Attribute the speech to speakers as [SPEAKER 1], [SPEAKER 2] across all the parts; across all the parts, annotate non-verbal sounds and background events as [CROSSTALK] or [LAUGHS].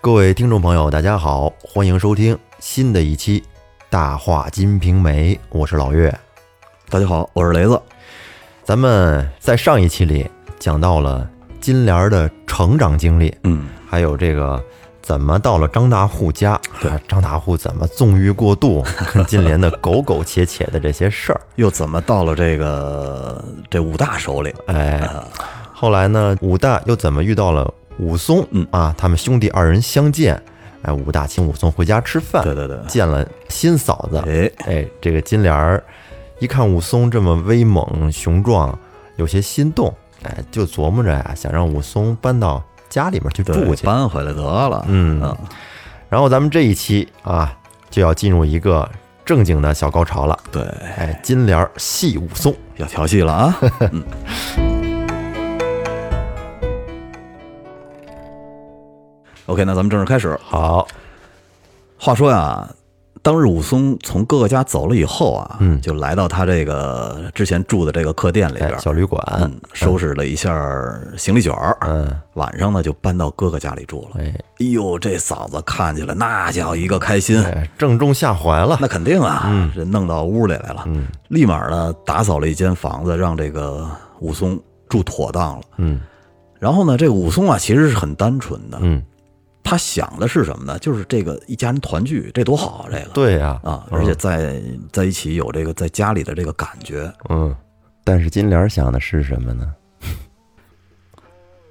[SPEAKER 1] 各位听众朋友，大家好，欢迎收听新的一期《大话金瓶梅》，我是老岳。
[SPEAKER 2] 大家好，我是雷子。
[SPEAKER 1] 咱们在上一期里讲到了金莲儿的成长经历，
[SPEAKER 2] 嗯，
[SPEAKER 1] 还有这个怎么到了张大户家，
[SPEAKER 2] 对
[SPEAKER 1] 啊张大户怎么纵欲过度，跟金莲的苟苟且且的这些事
[SPEAKER 2] [LAUGHS]
[SPEAKER 1] 儿。
[SPEAKER 2] 又怎么到了这个这武大手里？
[SPEAKER 1] 哎，后来呢，武大又怎么遇到了武松？
[SPEAKER 2] 嗯
[SPEAKER 1] 啊，他们兄弟二人相见，哎，武大请武松回家吃饭，
[SPEAKER 2] 对对对，
[SPEAKER 1] 见了新嫂子，
[SPEAKER 2] 哎，
[SPEAKER 1] [LAUGHS] 哎，这个金莲儿一看武松这么威猛雄壮，有些心动，哎，就琢磨着呀、想让武松搬到家里边去
[SPEAKER 2] 对
[SPEAKER 1] 住去。
[SPEAKER 2] 搬回来得了。啊
[SPEAKER 1] 嗯然后咱们这一期啊，就要进入一个正经的小高潮了。
[SPEAKER 2] 对，
[SPEAKER 1] 哎，金莲儿戏武松，
[SPEAKER 2] 要调戏
[SPEAKER 1] [LAUGHS]
[SPEAKER 2] 了啊！OK，那咱们正式开始。
[SPEAKER 1] 好，
[SPEAKER 2] 话说呀，当日武松从哥哥家走了以后啊，
[SPEAKER 1] 嗯
[SPEAKER 2] 就来到他这个之前住的这个客店里边
[SPEAKER 1] 哎，，小旅馆，
[SPEAKER 2] 嗯，收拾了一下行李卷儿，
[SPEAKER 1] 嗯，
[SPEAKER 2] 晚上呢就搬到哥哥家里住了。
[SPEAKER 1] 哎，
[SPEAKER 2] 哎呦，这嫂子看起来那叫一个开心，
[SPEAKER 1] 哎嗯正中下怀了。
[SPEAKER 2] 那肯定啊，这弄到屋里来了，
[SPEAKER 1] 嗯
[SPEAKER 2] 立马呢打扫了一间房子，让这个武松住妥当了。
[SPEAKER 1] 嗯
[SPEAKER 2] 然后呢，这个武松啊其实是很单纯的，
[SPEAKER 1] 嗯，
[SPEAKER 2] 他想的是什么呢？就是这个一家人团聚，这多好啊，这个
[SPEAKER 1] 对呀，
[SPEAKER 2] 啊，而且在在一起有这个在家里的这个感觉。
[SPEAKER 1] 嗯，但是金莲儿想的是什么呢？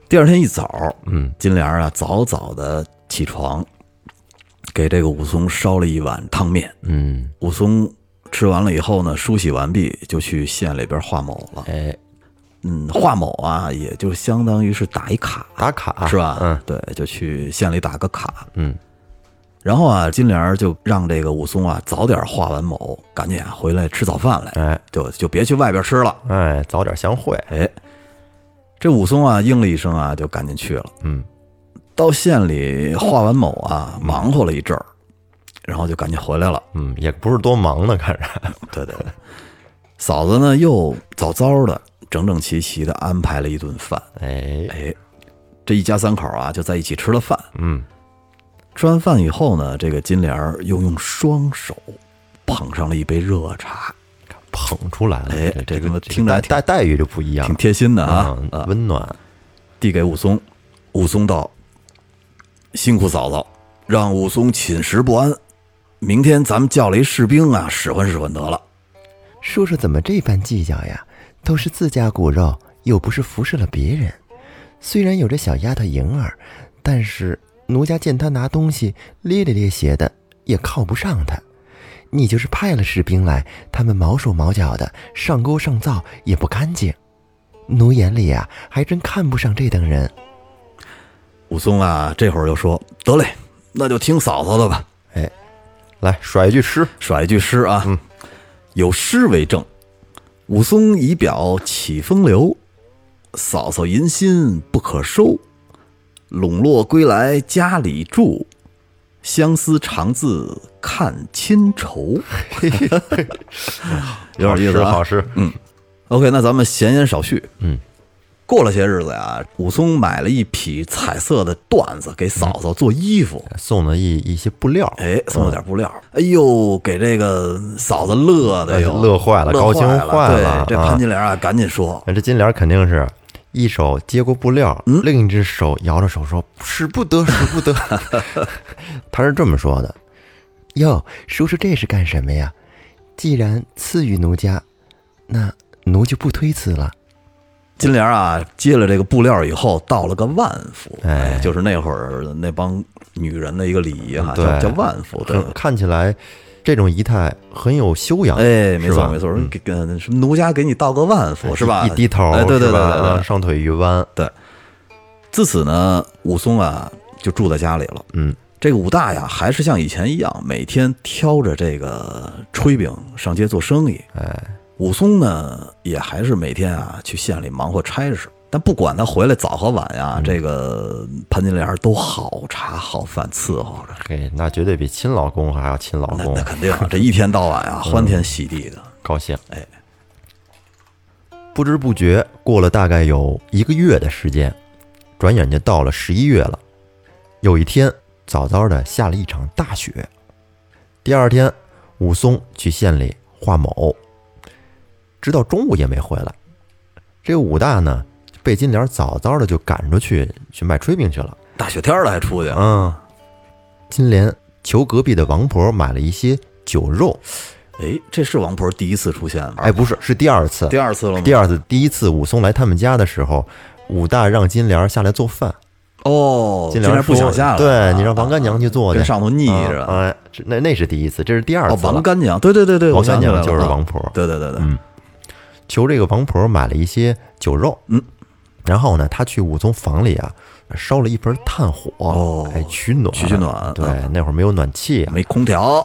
[SPEAKER 2] 第二天一早，
[SPEAKER 1] 嗯，
[SPEAKER 2] 金莲啊早早的起床，给这个武松烧了一碗汤面。
[SPEAKER 1] 嗯，
[SPEAKER 2] 武松吃完了以后呢，梳洗完毕，就去县里边画某了。
[SPEAKER 1] 哎，
[SPEAKER 2] 嗯，画某啊，也就相当于是打一卡，
[SPEAKER 1] 打卡
[SPEAKER 2] 是吧？
[SPEAKER 1] 嗯，
[SPEAKER 2] 对，就去县里打个卡。
[SPEAKER 1] 嗯，
[SPEAKER 2] 然后啊，金莲儿就让这个武松啊早点画完某，赶紧啊回来吃早饭来，
[SPEAKER 1] 哎
[SPEAKER 2] 就就别去外边吃了。
[SPEAKER 1] 哎，早点相会。
[SPEAKER 2] 哎，这武松啊应了一声啊，就赶紧去了。
[SPEAKER 1] 嗯
[SPEAKER 2] 到县里画完某啊，忙活了一阵儿，然后就赶紧回来了。
[SPEAKER 1] 嗯，也不是多忙呢，看着。
[SPEAKER 2] 对对，对， [LAUGHS] 嫂子呢又早早的、整整齐齐的安排了一顿饭。
[SPEAKER 1] 哎，
[SPEAKER 2] 哎，这一家三口啊就在一起吃了饭。
[SPEAKER 1] 嗯，
[SPEAKER 2] 吃完饭以后呢，这个金莲儿又用双手捧上了一杯热茶，
[SPEAKER 1] 捧出来了。
[SPEAKER 2] 哎这他
[SPEAKER 1] 个
[SPEAKER 2] 妈听着还
[SPEAKER 1] 待待待遇就不一样
[SPEAKER 2] 挺贴心的啊
[SPEAKER 1] 啊，
[SPEAKER 2] 啊，
[SPEAKER 1] 温暖。
[SPEAKER 2] 递给武松。武松道：“辛苦嫂嫂，让武松寝食不安。明天咱们叫了一士兵啊，使唤使唤得了。”
[SPEAKER 3] 叔叔怎么这般计较呀？都是自家骨肉，又不是服侍了别人。虽然有这小丫头莹儿，但是奴家见她拿东西咧咧咧斜的，也靠不上她。你就是派了士兵来，他们毛手毛脚的，上钩上灶也不干净。奴眼里呀、还真看不上这等人。
[SPEAKER 2] 武松啊，这会儿就说：“得嘞，那就听嫂嫂的吧。
[SPEAKER 1] 来甩一句诗，”
[SPEAKER 2] 甩一句诗啊，
[SPEAKER 1] 嗯
[SPEAKER 2] 有诗为证：“武松仪表起风流，嫂嫂银心不可收。笼络归来家里住，相思长自看亲愁。” [LAUGHS] 有点意思啊，
[SPEAKER 1] 好诗。好诗
[SPEAKER 2] OK，那咱们闲言少叙。
[SPEAKER 1] 嗯，
[SPEAKER 2] 过了些日子呀，武松买了一匹彩色的缎子给嫂嫂做衣服，
[SPEAKER 1] 送了一一些布料。
[SPEAKER 2] 哎，送了点布料。哎呦，给这个嫂子乐的哟，
[SPEAKER 1] 哎乐坏了
[SPEAKER 2] 乐
[SPEAKER 1] 高兴
[SPEAKER 2] 坏
[SPEAKER 1] 坏了
[SPEAKER 2] 对，这
[SPEAKER 1] 啊
[SPEAKER 2] 潘金莲啊，赶紧说，
[SPEAKER 1] 那这金莲肯定是一手接过布料，
[SPEAKER 2] 嗯
[SPEAKER 1] 另一只手摇着手说：“使不得，使
[SPEAKER 2] [LAUGHS]
[SPEAKER 1] 不得。”
[SPEAKER 3] 他是这么说的：“哟，叔叔这是干什么呀？既然赐予奴家，那奴就不推辞了。”
[SPEAKER 2] 金莲啊，接了这个布料以后，到了个万福，
[SPEAKER 1] 哎嗯
[SPEAKER 2] 就是那会儿那帮女人的一个礼仪哈，
[SPEAKER 1] 对
[SPEAKER 2] 叫叫万福，对。
[SPEAKER 1] 很看起来这种仪态很有修养。
[SPEAKER 2] 哎，没
[SPEAKER 1] 是
[SPEAKER 2] 错
[SPEAKER 1] 吧嗯
[SPEAKER 2] 没错，给给什么奴家给你道个万福是吧？
[SPEAKER 1] 一低头，
[SPEAKER 2] 哎，对对对
[SPEAKER 1] 是吧
[SPEAKER 2] 对对，
[SPEAKER 1] 啊上腿一弯，
[SPEAKER 2] 自此呢，武松啊就住在家里了。
[SPEAKER 1] 嗯，
[SPEAKER 2] 这个武大呀，还是像以前一样，每天挑着这个炊饼上街做生意。
[SPEAKER 1] 哎，
[SPEAKER 2] 武松呢，也还是每天啊去县里忙活差事。但不管他回来早和晚呀，
[SPEAKER 1] 嗯
[SPEAKER 2] 这个潘金莲都好茶好饭伺候着。
[SPEAKER 1] 嘿，那绝对比亲老公还要亲老
[SPEAKER 2] 那
[SPEAKER 1] 公
[SPEAKER 2] 那，肯定啊，这一天到晚啊，
[SPEAKER 1] 嗯
[SPEAKER 2] 欢天喜地的。
[SPEAKER 1] 高兴。
[SPEAKER 2] 哎，
[SPEAKER 1] 不知不觉过了大概有一个月的时间，转眼就到了十一月了。有一天，早早的下了一场大雪。第二天，武松去县里画卯，直到中午也没回来。这武大呢，被金莲早早的就赶出去去卖炊饼去了。
[SPEAKER 2] 大雪天了还出去啊？
[SPEAKER 1] 嗯，金莲求隔壁的王婆买了一些酒肉，
[SPEAKER 2] 哎，这是王婆第一次出现吧？
[SPEAKER 1] 哎，，不是，是第二次，
[SPEAKER 2] 第二次了吗？
[SPEAKER 1] 第二次，第一次武松来他们家的时候，武大让金莲下来做饭，
[SPEAKER 2] 哦，
[SPEAKER 1] 金
[SPEAKER 2] 竟
[SPEAKER 1] 莲
[SPEAKER 2] 然不
[SPEAKER 1] 说
[SPEAKER 2] 想下来，
[SPEAKER 1] 对你让王干娘去做去，
[SPEAKER 2] 跟上头腻
[SPEAKER 1] 啊
[SPEAKER 2] 着。
[SPEAKER 1] 哎，这那那是第一次，这是第二次
[SPEAKER 2] 哦
[SPEAKER 1] 了。，
[SPEAKER 2] 王干娘，对对对对，
[SPEAKER 1] 王
[SPEAKER 2] 我想
[SPEAKER 1] 干
[SPEAKER 2] 起来
[SPEAKER 1] 娘
[SPEAKER 2] 了
[SPEAKER 1] 就是
[SPEAKER 2] 啊
[SPEAKER 1] 王婆，
[SPEAKER 2] 对对对对，
[SPEAKER 1] 嗯求这个王婆买了一些酒肉，
[SPEAKER 2] 嗯，
[SPEAKER 1] 然后呢，他去武松房里啊烧了一盆炭火，
[SPEAKER 2] 哦
[SPEAKER 1] 哎，取暖，
[SPEAKER 2] 取取暖
[SPEAKER 1] 对
[SPEAKER 2] 嗯，
[SPEAKER 1] 那会儿没有暖气啊，
[SPEAKER 2] 没空调，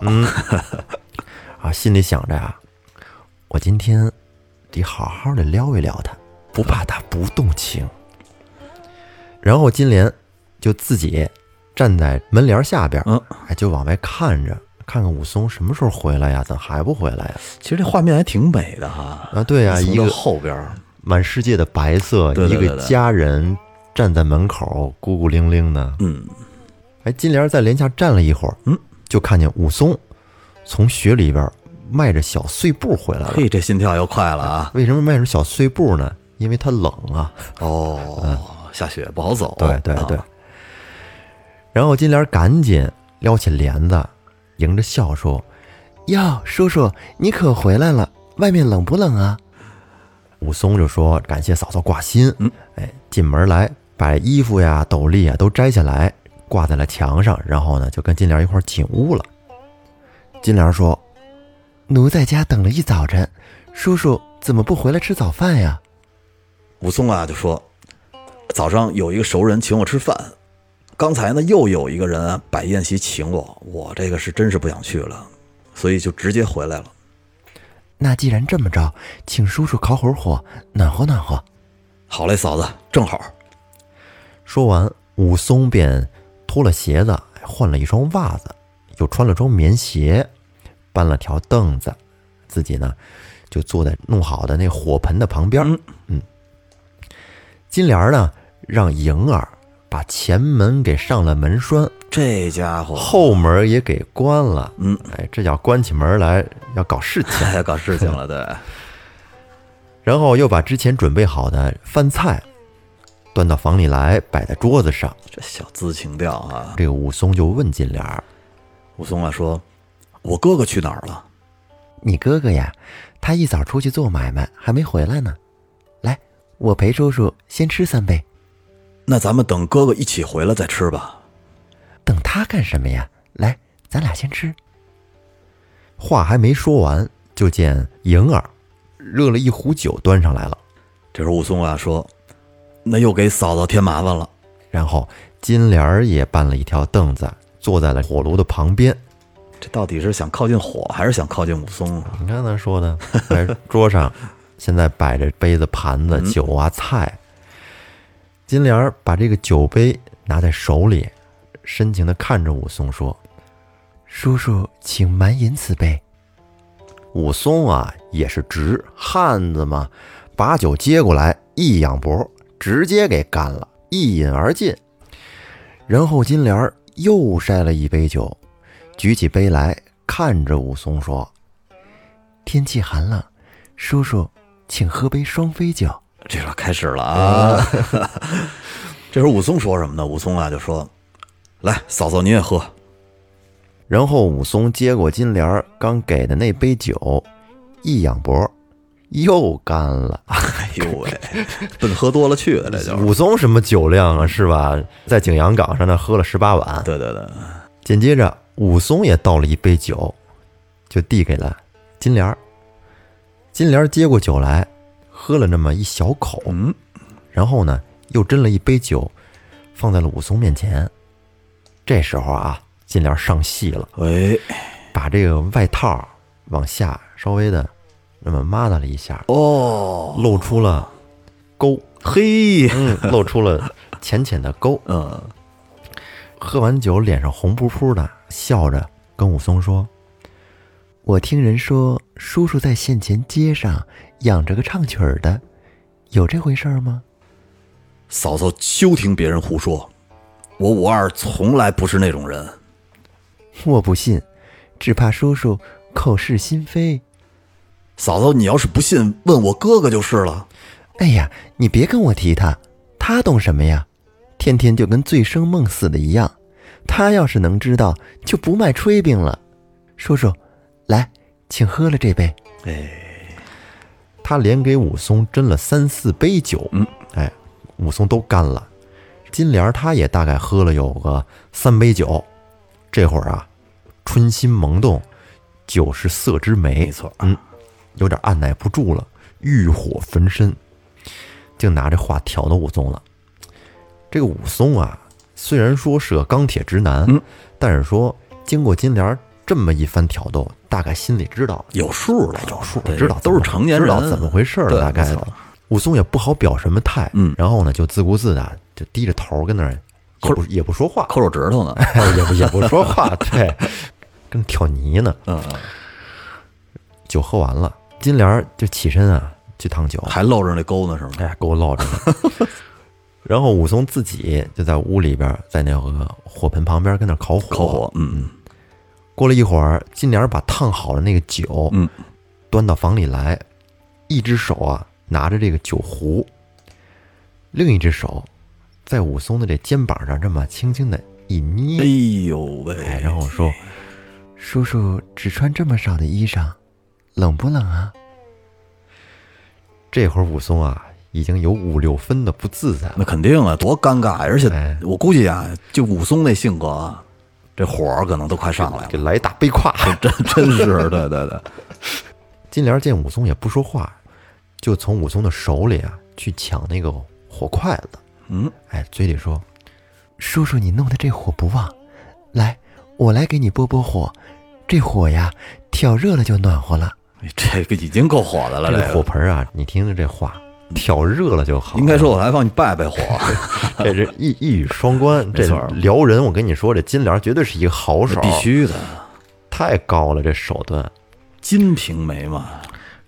[SPEAKER 1] 啊，心里想着呀、我今天得好好的撩一撩他，不怕他不动情。然后金莲就自己站在门帘下边，
[SPEAKER 2] 嗯，
[SPEAKER 1] 哎，就往外看着，看看武松什么时候回来呀？怎么还不回来呀？
[SPEAKER 2] 其实这画面还挺美的哈。
[SPEAKER 1] 啊，对呀、
[SPEAKER 2] 从
[SPEAKER 1] 一
[SPEAKER 2] 这
[SPEAKER 1] 个
[SPEAKER 2] 后边儿
[SPEAKER 1] 满世界的白色，
[SPEAKER 2] 对对对
[SPEAKER 1] 一个
[SPEAKER 2] 对
[SPEAKER 1] 家人站在门口孤孤零零的。
[SPEAKER 2] 嗯，
[SPEAKER 1] 哎，金莲在帘下站了一会儿，
[SPEAKER 2] 嗯，
[SPEAKER 1] 就看见武松从雪里边迈着小碎步回来了。
[SPEAKER 2] 嘿，这心跳要快了啊！
[SPEAKER 1] 为什么迈着小碎步呢？因为它冷啊。
[SPEAKER 2] 哦，下雪不好走。
[SPEAKER 1] 对对
[SPEAKER 2] 啊
[SPEAKER 1] 对。然后金莲赶紧撩起帘子，迎着笑说
[SPEAKER 3] 哟，叔叔，你可回来了，外面冷不冷啊？：“
[SPEAKER 1] 武松就说感谢嫂嫂挂心。”
[SPEAKER 2] 嗯，
[SPEAKER 1] 哎，进门来把衣服呀、斗笠啊都摘下来，挂在了墙上，然后呢就跟金莲一块儿进屋了。金莲说
[SPEAKER 3] 奴在家等了一早晨，叔叔怎么不回来吃早饭呀？
[SPEAKER 2] 武松啊就说，早上有一个熟人请我吃饭，刚才呢又有一个人啊摆宴席请我，我这个是真是不想去了，所以就直接回来了。
[SPEAKER 3] 那既然这么着，请叔叔烤会儿火，暖和暖和。
[SPEAKER 2] 好嘞，嫂子，正好。：“
[SPEAKER 1] 说完，武松便脱了鞋子，换了一双袜子，又穿了双棉鞋，搬了条凳子，自己呢就坐在弄好的那火盆的旁边。
[SPEAKER 2] 嗯
[SPEAKER 1] 金莲儿呢让莹儿把前门给上了门栓，
[SPEAKER 2] 这家伙
[SPEAKER 1] [LAUGHS] 后门也给关了。
[SPEAKER 2] 嗯，
[SPEAKER 1] 哎，这叫关起门来要搞事情。
[SPEAKER 2] 太搞
[SPEAKER 1] [LAUGHS]
[SPEAKER 2] 事情了，对，
[SPEAKER 1] 然后又把之前准备好的饭菜端到房里来，摆在桌子上。
[SPEAKER 2] 这小资情调啊。
[SPEAKER 1] 这个武松就问金莲儿
[SPEAKER 2] 武松啊说，我哥哥去哪儿了？
[SPEAKER 3] 你哥哥呀，他一早出去做买卖，还没回来呢。来，我陪叔叔先吃三杯。
[SPEAKER 2] 那咱们等哥哥一起回来再吃吧。
[SPEAKER 3] 等他干什么呀？来，咱俩先吃。
[SPEAKER 1] 话还没说完，就见莹儿热了一壶酒端上来了。
[SPEAKER 2] 这时候武松啊说，那又给嫂子添麻烦了。
[SPEAKER 1] 然后金莲儿也搬了一条凳子，坐在了火炉的旁边。
[SPEAKER 2] 这到底是想靠近火，还是想靠近武松啊？
[SPEAKER 1] 你看他说的，在桌上现在摆着杯子、盘子、酒啊、菜。金莲儿把这个酒杯拿在手里，深情地看着武松说
[SPEAKER 3] 叔叔，请满饮此杯。：“
[SPEAKER 1] 武松啊，也是直汉子嘛，把酒接过来，一仰脖，直接给干了，一饮而尽。”然后金莲儿又筛了一杯酒，举起杯来看着武松说
[SPEAKER 3] 天气寒冷，叔叔，请喝杯双飞酒。
[SPEAKER 2] 这时候开始了啊！这时候武松说什么呢？武松啊就说：“来，嫂嫂你也喝。
[SPEAKER 1] 然后武松接过金莲儿刚给的那杯酒，一仰脖，又干了。”
[SPEAKER 2] 哎呦喂，奔喝多了去的，这就是。
[SPEAKER 1] [LAUGHS] 武松什么酒量啊，是吧？在景阳冈上那喝了十八碗。
[SPEAKER 2] 对对对，
[SPEAKER 1] 紧接着，武松也倒了一杯酒，就递给了金莲儿。金莲儿接过酒来，喝了那么一小口，
[SPEAKER 2] 嗯，
[SPEAKER 1] 然后呢，又斟了一杯酒，放在了武松面前。这时候啊，金莲儿上戏了。
[SPEAKER 2] 喂，
[SPEAKER 1] 把这个外套往下稍微的那么抹了一下，
[SPEAKER 2] 哦，
[SPEAKER 1] 露出了沟，
[SPEAKER 2] 嘿，
[SPEAKER 1] 嗯，露出了浅浅的沟。
[SPEAKER 2] 嗯，
[SPEAKER 1] 喝完酒，脸上红扑扑的，笑着跟武松说
[SPEAKER 3] 我听人说，叔叔在县前街上养着个唱曲儿的，有这回事儿吗？
[SPEAKER 2] 嫂嫂休听别人胡说，我五二从来不是那种人。
[SPEAKER 3] 我不信，只怕叔叔口是心非。
[SPEAKER 2] 嫂嫂，你要是不信，问我哥哥就是了。
[SPEAKER 3] 哎呀，你别跟我提他，他懂什么呀？天天就跟醉生梦死的一样。他要是能知道，就不卖炊饼了。叔叔，来，请喝了这杯。
[SPEAKER 1] 他连给武松斟了三四杯酒，
[SPEAKER 2] 嗯，
[SPEAKER 1] 哎，武松都干了。金莲儿他也大概喝了有个三杯酒，这会儿啊，春心萌动，酒是色之
[SPEAKER 2] 没
[SPEAKER 1] 媒，
[SPEAKER 2] 错，
[SPEAKER 1] 有点按耐不住了，欲火焚身，就拿这话挑逗武松了。这个武松啊，虽然说是个钢铁直男，
[SPEAKER 2] 嗯
[SPEAKER 1] 但是说经过金莲儿这么一番挑逗，大概心里知道
[SPEAKER 2] 有数了，
[SPEAKER 1] 有数了，
[SPEAKER 2] 对
[SPEAKER 1] 知道
[SPEAKER 2] 都是
[SPEAKER 1] 怎么
[SPEAKER 2] 成年人，
[SPEAKER 1] 知道怎么回事了，
[SPEAKER 2] 对
[SPEAKER 1] 大概
[SPEAKER 2] 没
[SPEAKER 1] 的
[SPEAKER 2] 错。
[SPEAKER 1] 武松也不好表什么态，
[SPEAKER 2] 嗯
[SPEAKER 1] 然后呢就自顾自的就低着头跟那儿，也不也不说 [LAUGHS] 话，
[SPEAKER 2] 抠手指 [LAUGHS] 头呢。
[SPEAKER 1] 哎也不也不说 [LAUGHS] 话，对，跟挑泥呢。
[SPEAKER 2] 嗯，嗯
[SPEAKER 1] 酒喝完了，金莲儿就起身啊去烫酒，
[SPEAKER 2] 还露着那沟呢是吗？
[SPEAKER 1] 哎呀，给我落着呢。 [LAUGHS] 然后武松自己就在屋里边，在那个火盆旁边跟那儿烤火。
[SPEAKER 2] 烤火，嗯
[SPEAKER 1] 过了一会儿，金莲儿把烫好的那个酒，
[SPEAKER 2] 嗯，
[SPEAKER 1] 端到房里来，一只手啊拿着这个酒壶，另一只手在武松的这肩膀上这么轻轻的一
[SPEAKER 2] 哎
[SPEAKER 1] 捏，
[SPEAKER 2] 呦
[SPEAKER 1] 哎，
[SPEAKER 2] 喂，
[SPEAKER 1] 然后说
[SPEAKER 3] 叔叔只穿这么少的衣裳，冷不冷啊？
[SPEAKER 1] 这会儿武松啊已经有五六分的不自在了，
[SPEAKER 2] 那肯定啊，多尴尬！而且
[SPEAKER 1] 哎
[SPEAKER 2] 我估计啊，就武松那性格啊，这火儿可能都快上来了
[SPEAKER 1] 给，来一大背胯。
[SPEAKER 2] [LAUGHS] 真真是，对对对，
[SPEAKER 1] 金莲见武松也不说话，就从武松的手里啊去抢那个火筷子，
[SPEAKER 2] [LAUGHS] 嗯，
[SPEAKER 1] 哎，嘴里说
[SPEAKER 3] 叔叔，你弄的这火不旺，来，我来给你拨拨火。这火呀，挑热了就暖和了。
[SPEAKER 2] 哎这个已经够火的了，
[SPEAKER 1] 这
[SPEAKER 2] 这
[SPEAKER 1] 个
[SPEAKER 2] 个
[SPEAKER 1] 火盆啊，你听听这话，挑热了就好了。
[SPEAKER 2] 应该说我还帮你拜拜火， [LAUGHS]
[SPEAKER 1] 这是一一语双关，这
[SPEAKER 2] 没错
[SPEAKER 1] 撩人。我跟你说，这金莲绝对是一个好手，
[SPEAKER 2] 必须的，
[SPEAKER 1] 太高了这手段。
[SPEAKER 2] 《金瓶梅》嘛，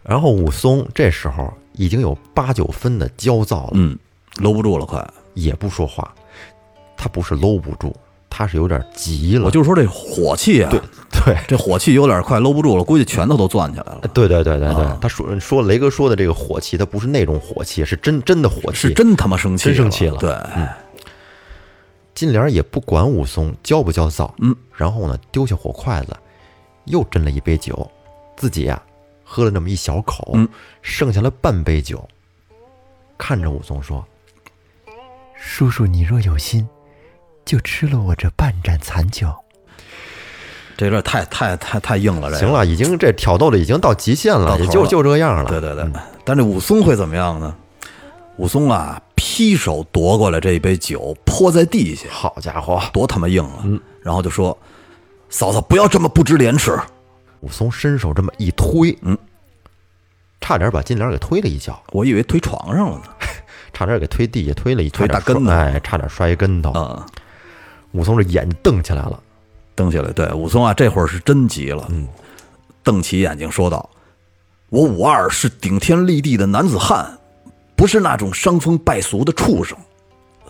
[SPEAKER 1] 然后武松这时候已经有八九分的焦躁了，
[SPEAKER 2] 嗯，搂不住了，快！
[SPEAKER 1] 也不说话。他不是搂不住，他是有点急了。
[SPEAKER 2] 我就说这火气 [LAUGHS] 啊，
[SPEAKER 1] 对
[SPEAKER 2] 这火气有点快搂不住了，估计拳头都攥起来了，
[SPEAKER 1] 对对对对对
[SPEAKER 2] 啊，
[SPEAKER 1] 他说说雷哥说的这个火气，他不是那种火气，是真真的火气。
[SPEAKER 2] 是真他妈生气，
[SPEAKER 1] 真生气了嗯
[SPEAKER 2] 对，
[SPEAKER 1] 金莲也不管武松焦不焦躁，
[SPEAKER 2] 嗯，
[SPEAKER 1] 然后呢，丢下火筷子，又斟了一杯酒，自己呀、喝了那么一小口，
[SPEAKER 2] 嗯
[SPEAKER 1] 剩下了半杯酒，看着武松说
[SPEAKER 3] 叔叔，你若有心，就吃了我这半盏残酒。
[SPEAKER 2] 这有点太太太太硬了，：“这个
[SPEAKER 1] 行了，已经这挑逗的已经到极限了，
[SPEAKER 2] 到头了
[SPEAKER 1] 也就就这样了。”嗯
[SPEAKER 2] 对对对，但这武松会怎么样呢？武松啊，劈手夺过来这一杯酒，泼在地下，
[SPEAKER 1] 好家伙，
[SPEAKER 2] 多他妈硬啊！
[SPEAKER 1] 嗯
[SPEAKER 2] 然后就说：“嫂嫂，不要这么不知廉耻。
[SPEAKER 1] 武松伸手这么一推，
[SPEAKER 2] 嗯，
[SPEAKER 1] 差点把金莲给推了一脚，”
[SPEAKER 2] 我以为推床上了呢。
[SPEAKER 1] 差点给推地下，推了一
[SPEAKER 2] 推
[SPEAKER 1] 差点
[SPEAKER 2] 大跟头
[SPEAKER 1] 摔哎，差点摔一跟头。
[SPEAKER 2] 啊、
[SPEAKER 1] 武松这眼瞪起来了，
[SPEAKER 2] 瞪起来，对，武松啊，这会儿是真急了，嗯，瞪起眼睛说道：“我武二是顶天立地的男子汉，不是那种伤风败俗的畜生。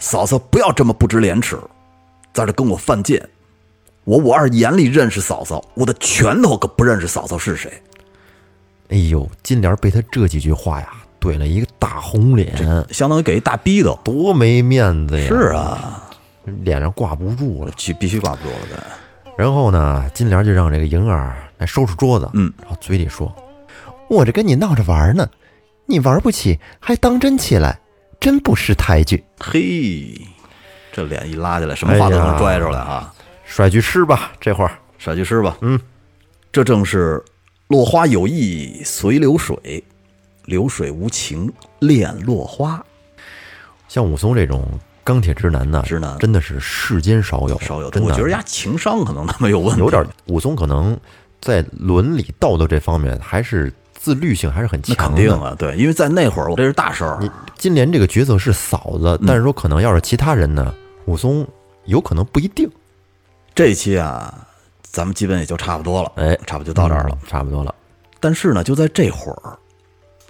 [SPEAKER 2] 嫂嫂不要这么不知廉耻，在这跟我犯贱。我武二眼里认识嫂嫂，我的拳头可不认识嫂嫂是谁。
[SPEAKER 1] 哎呦，金莲被他这几句话呀，怼了一个大红脸，
[SPEAKER 2] 相当于给一大逼斗。
[SPEAKER 1] 多没面子呀！
[SPEAKER 2] 是啊，
[SPEAKER 1] 脸上挂不住了。
[SPEAKER 2] 必必须挂不住了的。
[SPEAKER 1] 然后呢，金莲就让这个莹儿来收拾桌子，
[SPEAKER 2] 嗯，
[SPEAKER 1] 然后嘴里说
[SPEAKER 3] 我这跟你闹着玩呢，你玩不起还当真起来，真不识抬举。
[SPEAKER 2] 嘿，这脸一拉起来，什么话都能拽出来啊！
[SPEAKER 1] 甩句诗吧，这会儿
[SPEAKER 2] 甩句诗吧。嗯，这正是落花有意随流水，流水无情恋落
[SPEAKER 1] 哦
[SPEAKER 2] 花。
[SPEAKER 1] 像武松这种钢铁直男呢，
[SPEAKER 2] 直男
[SPEAKER 1] 真的是世间少有，
[SPEAKER 2] 少有的，
[SPEAKER 1] 真的，啊
[SPEAKER 2] 我觉得人家情商可能他妈有问题，
[SPEAKER 1] 有点武松可能在伦理道德这方面还是自律性还是很
[SPEAKER 2] 那肯
[SPEAKER 1] 强嗯
[SPEAKER 2] 定
[SPEAKER 1] 的。
[SPEAKER 2] 啊，对，因为在那会儿我这是大事儿，啊
[SPEAKER 1] 金莲这个角色是嫂子，但是说可能要是其他人呢，武松有可能不一定。
[SPEAKER 2] 这期啊，咱们基本也就差不多了，
[SPEAKER 1] 哎
[SPEAKER 2] 差不多就到这儿了。
[SPEAKER 1] 嗯，差不多了。
[SPEAKER 2] 但是呢，就在这会儿，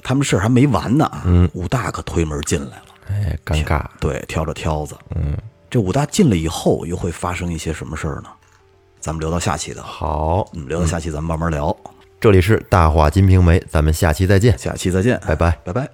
[SPEAKER 2] 他们事儿还没完呢，嗯，武大可推门进来了，
[SPEAKER 1] 哎，尴尬，
[SPEAKER 2] 对，挑着挑子，嗯，这五大进来以后，又会发生一些什么事儿呢？咱们留到下期的，
[SPEAKER 1] 好，
[SPEAKER 2] 嗯，留到下期咱们慢慢聊。
[SPEAKER 1] 这里是大话金瓶梅，咱们下期再见，
[SPEAKER 2] 下期再见，
[SPEAKER 1] 拜拜。
[SPEAKER 2] 拜拜。